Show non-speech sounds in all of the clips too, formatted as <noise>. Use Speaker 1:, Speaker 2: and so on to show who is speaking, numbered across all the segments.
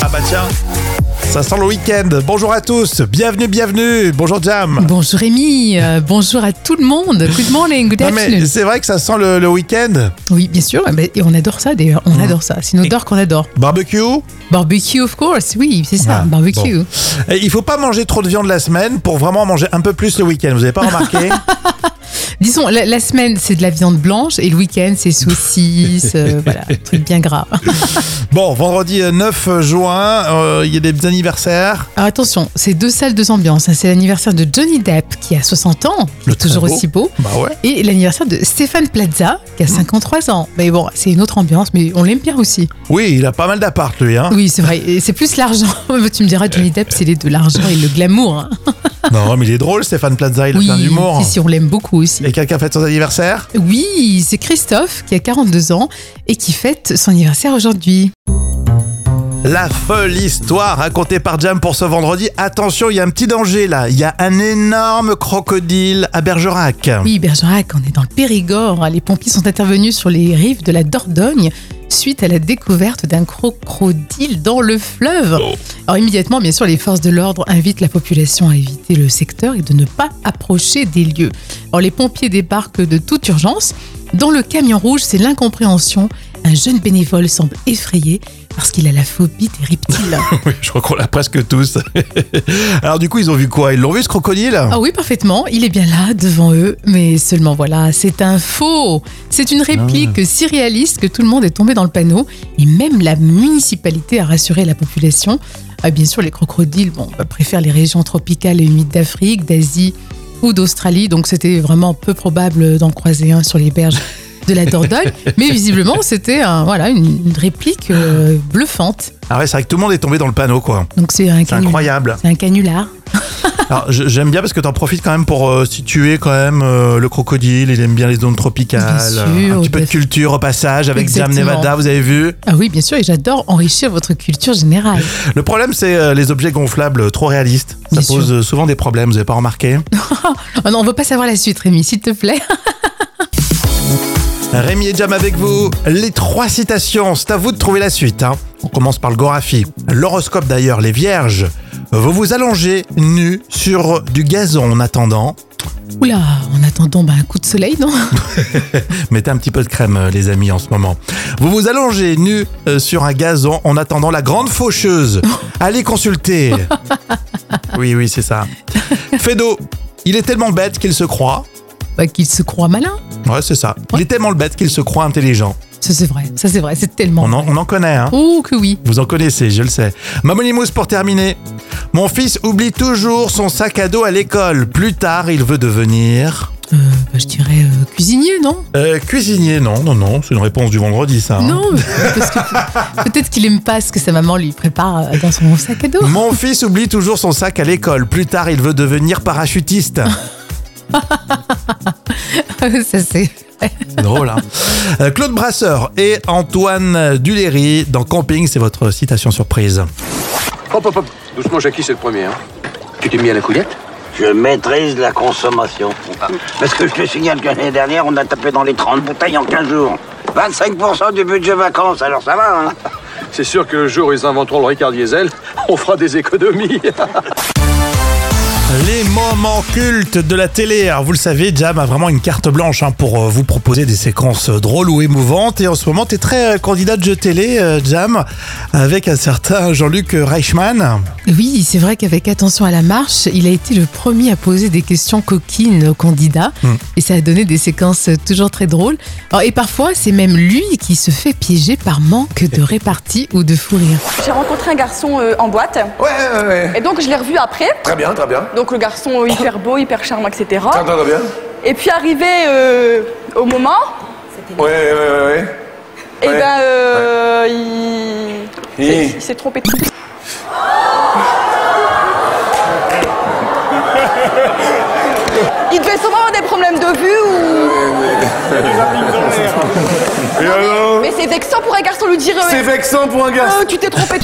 Speaker 1: Ah bah tiens,
Speaker 2: Ça sent le week-end. Bonjour à tous. Bienvenue, bienvenue. Bonjour Jam.
Speaker 3: Bonjour Rémi, euh, bonjour à tout le monde. Good morning, good
Speaker 2: Non mais
Speaker 3: afternoon.
Speaker 2: c'est vrai que ça sent le, le week-end.
Speaker 3: Oui, bien sûr, eh ben, et on adore ça d'ailleurs,
Speaker 2: Ah.
Speaker 3: on adore ça. C'est une odeur qu'on adore.
Speaker 2: Barbecue.
Speaker 3: Barbecue, of course, oui, c'est ça,
Speaker 2: Ah,
Speaker 3: barbecue.
Speaker 2: Et il faut pas manger trop de viande la semaine pour vraiment manger un peu plus le week-end. Vous avez pas <laughs> remarqué
Speaker 3: Disons, la, la semaine, c'est de la viande blanche et le week-end, c'est saucisses,
Speaker 2: <laughs>
Speaker 3: euh, voilà, un truc bien gras.
Speaker 2: Bon, vendredi euh, 9 juin, euh, il y a des anniversaires.
Speaker 3: Alors attention, c'est deux salles, deux ambiances. hein. C'est l'anniversaire de Johnny Depp qui a 60 ans,
Speaker 2: Le très
Speaker 3: toujours
Speaker 2: beau. Mmh.
Speaker 3: aussi beau.
Speaker 2: Bah ouais.
Speaker 3: Et l'anniversaire de Stéphane Plaza qui a 53 ans. Mais bon, c'est une autre ambiance, mais on l'aime bien aussi.
Speaker 2: Oui, il a pas mal d'appart lui. <laughs> Hein.
Speaker 3: Oui, c'est vrai. Et c'est plus l'argent. <laughs> tu me diras, Johnny Depp, c'est les deux, l'argent et le glamour. hein.
Speaker 2: non, mais il est drôle, Stéphane Plaza. Il a
Speaker 3: oui,
Speaker 2: plein d'humour.
Speaker 3: si, si, on l'aime beaucoup aussi.
Speaker 2: Et quelqu'un fête son anniversaire
Speaker 3: Oui, c'est Christophe qui a 42 ans et qui fête son anniversaire aujourd'hui.
Speaker 2: La folle histoire racontée par Jam pour ce vendredi. Attention, il y a un petit danger là. Il y a un énorme crocodile à Bergerac.
Speaker 3: Oui, Bergerac, on est dans le Périgord. Les pompiers sont intervenus sur les rives de la Dordogne suite à la découverte d'un crocodile dans le fleuve. Alors immédiatement, bien sûr, les forces de l'ordre invitent la population à éviter le secteur et de ne pas approcher des lieux. Alors les pompiers débarquent de toute urgence. Dans le camion rouge, c'est l'incompréhension. Un jeune bénévole semble effrayé parce qu'il a la phobie des reptiles.
Speaker 2: <laughs> Oui, je crois qu'on l'a presque tous. <laughs> Alors du coup, ils ont vu quoi Ils l'ont vu ce crocodile
Speaker 3: Ah oui, parfaitement, il est bien là devant eux, mais seulement voilà, c'est un faux. C'est une réplique si réaliste que tout le monde est tombé dans le panneau et même la municipalité a rassuré la population. Ah, bien sûr, les crocodiles bon, bah, préfèrent les régions tropicales et humides d'Afrique, d'Asie ou d'Australie, donc c'était vraiment peu probable d'en croiser un sur les berges de la Dordogne, mais visiblement c'était un- voilà, une, une réplique euh, bluffante.
Speaker 2: Ah ouais, c'est vrai que tout le monde est tombé dans le panneau quoi.
Speaker 3: Donc c'est un,
Speaker 2: C'est
Speaker 3: canu-
Speaker 2: incroyable.
Speaker 3: c'est un canular.
Speaker 2: Alors je- j'aime bien parce que t'en profites quand même pour euh, situer quand même euh, le crocodile. Il aime bien les zones tropicales.
Speaker 3: Bien
Speaker 2: Euh,
Speaker 3: sûr,
Speaker 2: un petit peu de
Speaker 3: tout à fait.
Speaker 2: culture au passage avec Jam
Speaker 3: Exactement.
Speaker 2: Nevada, vous avez vu.
Speaker 3: Ah oui, bien sûr, et j'adore enrichir votre culture générale.
Speaker 2: Le problème, c'est euh, les objets gonflables trop réalistes. Ça
Speaker 3: Bien sûr.
Speaker 2: pose euh, souvent des problèmes, vous avez pas remarqué
Speaker 3: Oh non, on veut pas savoir la suite, Rémi, s'il te plaît.
Speaker 2: Rémi et Jam avec vous. Les trois citations, c'est à vous de trouver la suite. hein. On commence par le Gorafi. L'horoscope d'ailleurs, les vierges. Vous vous allongez nu sur du gazon en attendant.
Speaker 3: <laughs> Oula, en attendant bah, un coup de soleil, non
Speaker 2: Mettez un petit peu de crème, euh, les amis, en ce moment. Vous vous allongez nu euh, sur un gazon en attendant la grande faucheuse. Allez consulter. Oui, oui, c'est ça. Fedo, il est tellement bête qu'il se croit.
Speaker 3: bah, Qu'il se croit malin.
Speaker 2: Ouais, c'est ça. Il est tellement bête qu'il se croit intelligent.
Speaker 3: Ça, c'est vrai, ça, c'est vrai, c'est tellement.
Speaker 2: On en,
Speaker 3: vrai.
Speaker 2: on en connaît, hein.
Speaker 3: Oh, que oui.
Speaker 2: Vous en connaissez, je le sais. Mamonimous pour terminer. Mon fils oublie toujours son sac à dos à l'école. Plus tard, il veut devenir...
Speaker 3: Euh, bah, je dirais euh, cuisinier, non
Speaker 2: Euh, cuisinier, non, non, non, c'est une réponse du vendredi, ça. hein.
Speaker 3: Non, euh, parce que <laughs> peut-être qu'il aime pas ce que sa maman lui prépare euh, dans son sac à dos.
Speaker 2: Mon fils oublie toujours son sac à l'école. Plus tard, il veut devenir parachutiste.
Speaker 3: <laughs> ça, c'est.
Speaker 2: C'est drôle, hein Euh, Claude Brasseur et Antoine Duléry dans Camping, c'est votre citation surprise.
Speaker 4: Hop, hop, hop. Doucement, Jackie, c'est le premier. Hein. Tu t'es mis à la couillette
Speaker 5: Je maîtrise la consommation. Parce que je te signale que l'année dernière, on a tapé dans les 30 bouteilles en 15 jours. 25% du budget vacances, alors ça va, hein
Speaker 4: C'est sûr que le jour où ils inventeront le Ricard Diesel, on fera des économies.
Speaker 2: Les moments cultes de la télé. Alors, vous le savez, Jam a vraiment une carte blanche hein, pour euh, vous proposer des séquences euh, drôles ou émouvantes. Et en ce moment, tu es très euh, candidat de jeu télé, euh, Jam, avec un certain Jean-Luc Reichmann.
Speaker 3: Oui, c'est vrai qu'avec Attention à la marche, il a été le premier à poser des questions coquines aux candidats et ça a donné des séquences euh, toujours très drôles. Alors, et parfois, c'est même lui qui se fait piéger par manque de répartie ou de fou rire.
Speaker 6: J'ai rencontré un garçon euh, en boîte.
Speaker 7: Ouais, ouais, ouais.
Speaker 6: Et donc je l'ai revu après.
Speaker 7: Très bien, très bien.
Speaker 6: Donc le garçon euh, hyper beau, hyper charmant, etc.
Speaker 7: Très, très, très bien.
Speaker 6: Et puis arrivé euh, au moment,
Speaker 7: Ouais, ouais, ouais, ouais.
Speaker 6: et
Speaker 7: Ouais.
Speaker 6: ben euh, il-
Speaker 7: Et-
Speaker 6: il s'est- il s'est trompé.
Speaker 7: <laughs>
Speaker 6: Il devait sûrement avoir des problèmes de vue
Speaker 7: Et alors
Speaker 6: ou. Mais c'est vexant pour un garçon de lui dire. euh,
Speaker 7: C'est vexant pour un garçon.
Speaker 6: euh, tu t'es trompé.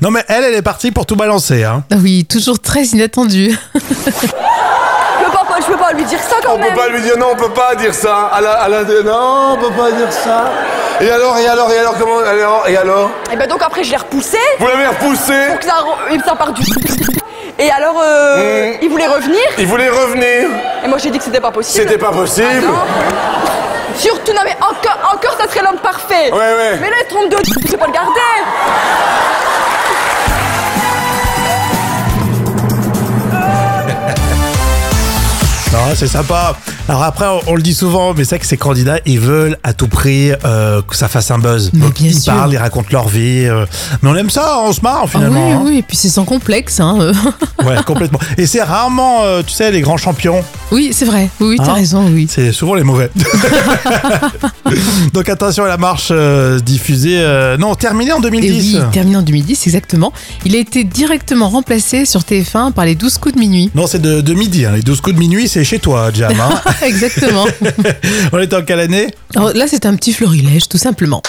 Speaker 2: Non, mais elle, elle est partie pour tout balancer. Hein.
Speaker 3: Ah Oui, toujours très inattendu. Ah
Speaker 6: Je peux pas, je peux pas lui dire ça quand
Speaker 7: On
Speaker 6: même.
Speaker 7: peut pas lui dire non, on peut pas dire ça. À la, à la, non, on peut pas dire ça. Et alors, et alors, et alors, comment alors, Et alors
Speaker 6: Et ben donc après, je l'ai repoussé
Speaker 7: Vous l'avez repoussé
Speaker 6: pour que ça, re- et ça reparte du. <laughs> Et alors, euh,
Speaker 7: Mm.
Speaker 6: il voulait revenir,
Speaker 7: Il voulait revenir
Speaker 6: et moi j'ai dit que c'était pas possible.
Speaker 7: C'était pas possible
Speaker 6: Ah, Non. Surtout, non mais encore, encore ça serait l'homme parfait.
Speaker 7: Ouais, ouais.
Speaker 6: Mais là, il se trompe de. Je vais pas le garder.
Speaker 2: Non, Ah, c'est sympa. Alors après, on, on le dit souvent, mais c'est vrai que ces candidats, ils veulent à tout prix euh, que ça fasse un buzz.
Speaker 3: Mais
Speaker 2: Donc,
Speaker 3: bien
Speaker 2: ils
Speaker 3: sûr.
Speaker 2: parlent, ils racontent leur vie. euh, mais on aime ça, on se marre
Speaker 3: Ah oui,
Speaker 2: finalement. hein.
Speaker 3: oui, et puis c'est sans complexe. Hein. <laughs> euh.
Speaker 2: Ouais, complètement. Et c'est rarement, euh, tu sais, les grands champions.
Speaker 3: Oui, c'est vrai. Oui, oui, t'as
Speaker 2: Hein
Speaker 3: raison, oui.
Speaker 2: C'est souvent les
Speaker 3: <laughs>
Speaker 2: mauvais. Donc attention à la marche euh, diffusée. euh, non, terminée en
Speaker 3: Et
Speaker 2: 2010.
Speaker 3: Eh oui, terminé en 2010, exactement. Il a été directement remplacé sur TF1 par les 12 coups
Speaker 2: <laughs>
Speaker 3: de minuit.
Speaker 2: non, c'est de, de midi. hein. Les 12 coups de minuit, c'est chez toi, Jam. hein.
Speaker 3: <laughs> exactement.
Speaker 2: on était en quelle année
Speaker 3: Alors là, c'est un petit florilège, tout simplement.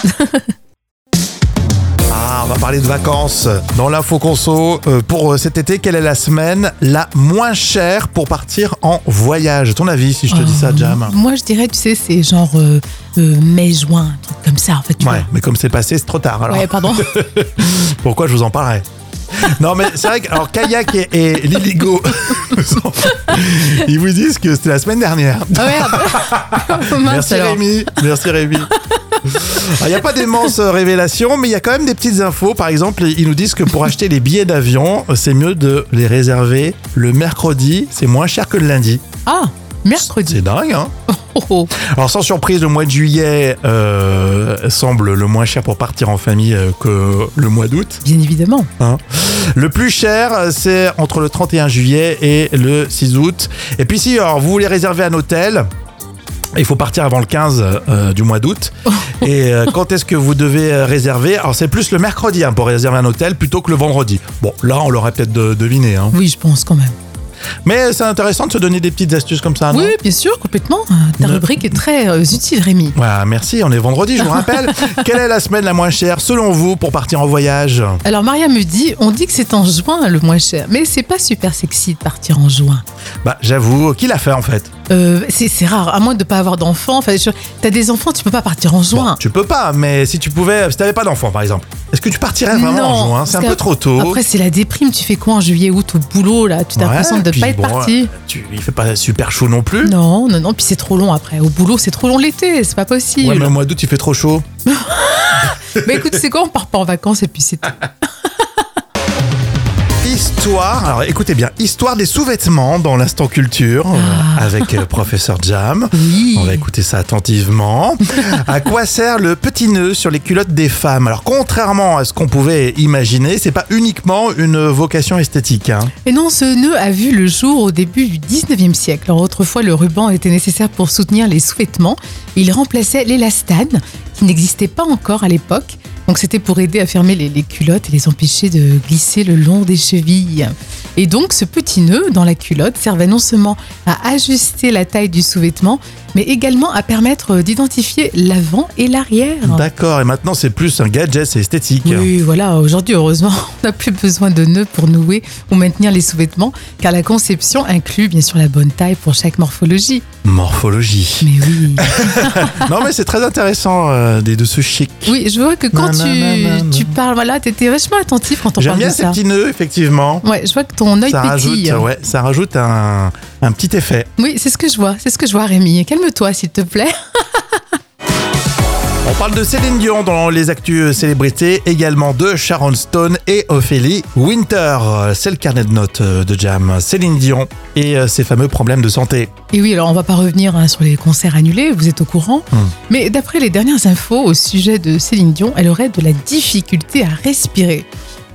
Speaker 2: Ah, on va parler de vacances. Dans l'info conso, euh, pour euh, cet été, quelle est la semaine la moins chère pour partir en voyage À Ton avis, si je te dis
Speaker 3: Oh.
Speaker 2: ça, Jam
Speaker 3: <laughs> Moi, je dirais, tu sais, c'est genre euh, euh, mai-juin, un truc comme ça, en fait. tu
Speaker 2: Ouais, mais comme c'est passé, c'est trop tard.
Speaker 3: vois.
Speaker 2: Alors,
Speaker 3: Ouais, pardon.
Speaker 2: pourquoi je vous en parlerai non mais c'est vrai que alors Kayak et, et Liligo <laughs> ils vous disent que c'était la semaine dernière.
Speaker 3: <laughs> Ah merde.
Speaker 2: <laughs>
Speaker 3: Mince,
Speaker 2: Merci <laughs>
Speaker 3: alors.
Speaker 2: Rémi, merci Rémi. Il n'y a pas d'immenses euh, révélations, mais il y a quand même des petites infos. Par exemple, ils nous disent que pour acheter les billets d'avion, euh, c'est mieux de les réserver le mercredi. C'est moins cher que le lundi.
Speaker 3: Ah, mercredi.
Speaker 2: C'est dingue, hein
Speaker 3: Oh, oh.
Speaker 2: Alors sans surprise, le mois de juillet euh, semble le moins cher pour partir en famille euh, que le mois d'août.
Speaker 3: Bien évidemment.
Speaker 2: hein. Le plus cher, euh, c'est entre le 31 juillet et le 6 août. Et puis si alors, vous voulez réserver un hôtel, il faut partir avant le 15 euh, du mois d'août. Et euh, quand est-ce que vous devez euh, réserver Alors c'est plus le mercredi hein, pour réserver un hôtel plutôt que le vendredi. Bon, là on l'aurait peut-être de- deviné. hein.
Speaker 3: Oui, je pense quand même.
Speaker 2: Mais c'est intéressant de se donner des petites astuces comme ça, non
Speaker 3: Oui, bien sûr, complètement. Ta
Speaker 2: Ah Ne-
Speaker 3: rubrique est très euh, utile, Rémi.
Speaker 2: Voilà, merci, on est vendredi, je vous rappelle. Quelle est la semaine la moins chère selon vous pour partir en voyage
Speaker 3: Alors, Maria me dit, on dit que c'est en juin le moins cher, mais c'est pas super sexy de partir en juin.
Speaker 2: Bah j'avoue, qui l'a fait en fait
Speaker 3: Euh, c'est c'est rare, à moins de ne pas avoir d'enfants. Enfin, je- t'as des enfants, tu peux pas partir en
Speaker 2: Bon,
Speaker 3: juin.
Speaker 2: Tu peux pas, mais si tu pouvais, si t'avais pas d'enfant par exemple, est-ce que tu partirais vraiment en juin C'est un
Speaker 3: parce
Speaker 2: peu
Speaker 3: qu'ap-
Speaker 2: trop tôt.
Speaker 3: Après, c'est la déprime. Tu fais quoi en juillet, août au boulot là Tu as
Speaker 2: Ouais,
Speaker 3: l'impression de ne
Speaker 2: puis
Speaker 3: pas être
Speaker 2: bon,
Speaker 3: parti.
Speaker 2: euh, tu- il fait pas super chaud non plus.
Speaker 3: Non, non, non. Puis c'est trop long après. Au boulot, c'est trop long l'été. C'est pas possible.
Speaker 2: Ouais, mais au mois d'août, il fait trop chaud.
Speaker 3: Mais écoute, c'est quoi On part pas en vacances et puis c'est tout.
Speaker 2: Ah. Histoire, alors écoutez bien, histoire des sous-vêtements dans l'instant culture euh, avec euh, professeur Jam.
Speaker 3: Ah. Oui.
Speaker 2: On va écouter ça attentivement. à quoi sert le petit nœud sur les culottes des femmes Alors contrairement à ce qu'on pouvait imaginer, c'est pas uniquement une vocation esthétique. hein.
Speaker 3: Et non, ce nœud a vu le jour au début du 19e siècle. Alors autrefois, le ruban était nécessaire pour soutenir les sous-vêtements. Il remplaçait l'élastane, qui n'existait pas encore à l'époque. Donc c'était pour aider à fermer les, les culottes et les empêcher de glisser le long des chevilles. Et donc ce petit nœud dans la culotte servait non seulement à ajuster la taille du sous-vêtement, mais également à permettre d'identifier l'avant et l'arrière.
Speaker 2: D'accord, et maintenant c'est plus un gadget, c'est esthétique.
Speaker 3: Oui, voilà, aujourd'hui, heureusement, <laughs> on n'a plus besoin de nœuds pour nouer ou maintenir les sous-vêtements, car la conception inclut bien sûr la bonne taille pour chaque morphologie.
Speaker 2: Morphologie.
Speaker 3: Mais
Speaker 2: <laughs>
Speaker 3: oui,
Speaker 2: non mais c'est très intéressant euh, des- de ce chic.
Speaker 3: oui je vois que quand
Speaker 2: Non, non, non, non,
Speaker 3: tu, tu
Speaker 2: non.
Speaker 3: parles, voilà, t'étais vachement attentif quand on
Speaker 2: J'aime
Speaker 3: parle
Speaker 2: bien
Speaker 3: de
Speaker 2: ces
Speaker 3: ça.
Speaker 2: petits nœuds, effectivement.
Speaker 3: Ouais, je vois que ton œil
Speaker 2: Ça rajoute, euh,
Speaker 3: pétille.
Speaker 2: ouais, ça rajoute un, un petit effet.
Speaker 3: Oui, c'est ce que je vois, c'est ce que je vois, Rémi. Calme-toi, s'il te plaît.
Speaker 2: On parle de Céline Dion dans les actus euh, célébrités, également de Sharon Stone et Ophélie Winter. C'est le carnet de notes euh, de Jam. Céline Dion et euh, ses fameux problèmes de santé.
Speaker 3: Et oui, alors on va pas revenir hein, sur les concerts annulés, vous êtes au courant. Mais d'après les dernières infos au sujet de Céline Dion, elle aurait de la difficulté à respirer.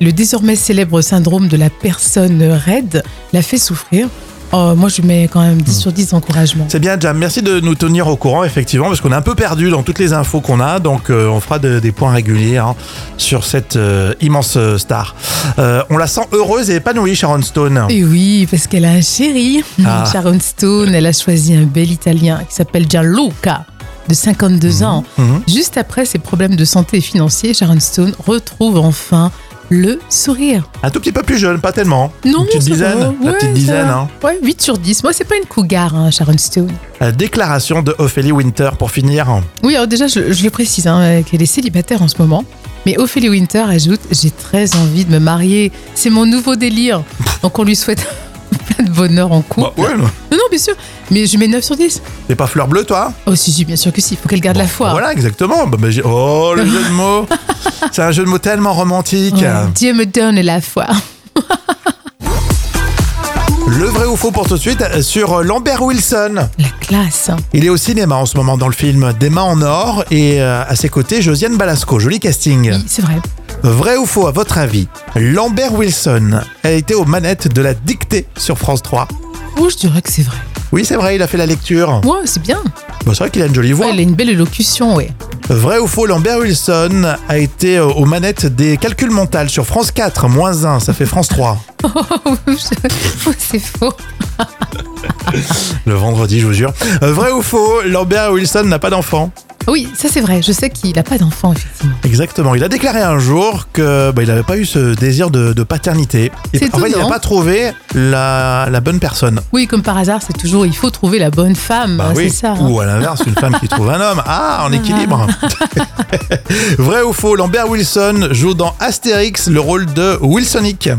Speaker 3: Le désormais célèbre syndrome de la personne raide l'a fait souffrir. Oh, moi, je lui mets quand même 10 sur 10 d'encouragement.
Speaker 2: C'est bien Jam, merci de nous tenir au courant effectivement parce qu'on est un peu perdu dans toutes les infos qu'on a, donc euh, on fera de- des points réguliers hein, sur cette euh, immense euh, star. Euh, on la sent heureuse et épanouie Sharon Stone.
Speaker 3: Et oui, parce qu'elle a un chéri.
Speaker 2: Ah.
Speaker 3: <laughs> Sharon Stone, elle a choisi un bel Italien qui s'appelle Gianluca, de 52 ans.
Speaker 2: Mhm.
Speaker 3: Juste après ses problèmes de santé et financiers, Sharon Stone retrouve enfin le sourire.
Speaker 2: Un tout petit peu plus jeune, pas tellement.
Speaker 3: Non,
Speaker 2: Une petite
Speaker 3: ça
Speaker 2: dizaine.
Speaker 3: va.
Speaker 2: La
Speaker 3: Ouais,
Speaker 2: petite
Speaker 3: ça
Speaker 2: dizaine,
Speaker 3: va.
Speaker 2: hein.
Speaker 3: Ouais, 8 sur 10. Moi, c'est pas une cougar, hein, Sharon Stone.
Speaker 2: La déclaration de Ophélie Winter pour finir.
Speaker 3: Oui, alors déjà, je, je le précise, hein, euh, qu'elle est célibataire en ce moment. Mais Ophélie Winter ajoute J'ai très envie de me marier. C'est mon nouveau délire. Donc, on lui souhaite <laughs> plein de bonheur en couple.
Speaker 2: Bah, ouais, non.
Speaker 3: Non, non, bien sûr. Mais je mets 9 sur 10.
Speaker 2: T'es pas fleur bleue, toi
Speaker 3: Oh, si, si, bien sûr que si. Il faut qu'elle garde la foi.
Speaker 2: Voilà, exactement. Bah, bah, j'ai- oh, le jeu de
Speaker 3: <laughs>
Speaker 2: mots. C'est un jeu de mots tellement romantique.
Speaker 3: Oh, Dieu me donne la foi. <laughs>
Speaker 2: Le vrai ou faux pour tout de suite euh, sur Lambert Wilson.
Speaker 3: La classe. hein.
Speaker 2: Il est au cinéma en ce moment dans le film Des mains en or et euh, à ses côtés Josiane Balasco. Joli casting.
Speaker 3: Oui, c'est vrai.
Speaker 2: Vrai ou faux à votre avis Lambert Wilson a été aux manettes de la dictée sur France 3.
Speaker 3: Oh, je dirais que c'est vrai.
Speaker 2: Oui, c'est vrai, il a fait la lecture.
Speaker 3: Ouais, c'est bien.
Speaker 2: Bah, c'est vrai qu'il a une jolie voix.
Speaker 3: Ouais, elle a une belle élocution, ouais. <laughs>
Speaker 2: Vrai ou faux, Lambert Wilson a été euh, aux manettes des calculs mentales sur France 4, moins 1, ça fait France 3.
Speaker 3: Oh, je- <laughs> oh, c'est faux.
Speaker 2: Le vendredi, je vous jure. Euh, Vrai ou faux, Lambert Wilson n'a pas d'enfant.
Speaker 3: Oui, ça c'est vrai. Je sais qu'il n'a pas d'enfant, effectivement.
Speaker 2: Exactement. Il a déclaré un jour que bah, il n'avait pas eu ce désir de, de paternité. Et
Speaker 3: C'est
Speaker 2: en fait, il n'a
Speaker 3: étonnant.
Speaker 2: pas trouvé la, la bonne personne.
Speaker 3: Oui, comme par hasard, c'est toujours il faut trouver la bonne femme.
Speaker 2: Bah
Speaker 3: hein,
Speaker 2: oui.
Speaker 3: C'est ça. hein.
Speaker 2: Ou à l'inverse, une femme qui trouve un homme. Ah, en
Speaker 3: <laughs>
Speaker 2: équilibre. Vrai ou faux, Lambert Wilson joue dans Astérix le rôle de Wilsonic.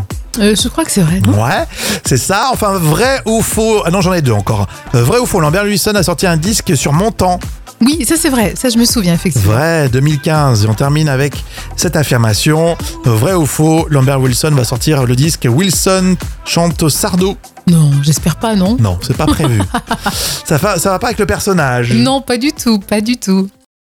Speaker 3: Euh, je crois que c'est vrai. non
Speaker 2: Ouais, c'est ça. Enfin, vrai ou faux Ah non, j'en ai deux encore. Euh, Vrai ou faux Lambert Wilson a sorti un disque sur Montant.
Speaker 3: Oui, ça c'est vrai. Ça je me souviens effectivement.
Speaker 2: Vrai, 2015. Et on termine avec cette affirmation. Euh, Vrai ou faux Lambert Wilson va sortir le disque Wilson chante au sardo.
Speaker 3: Non, j'espère pas, non.
Speaker 2: Non, c'est pas prévu. ça, va, ça va pas avec le personnage.
Speaker 3: Non, pas du tout, pas du tout.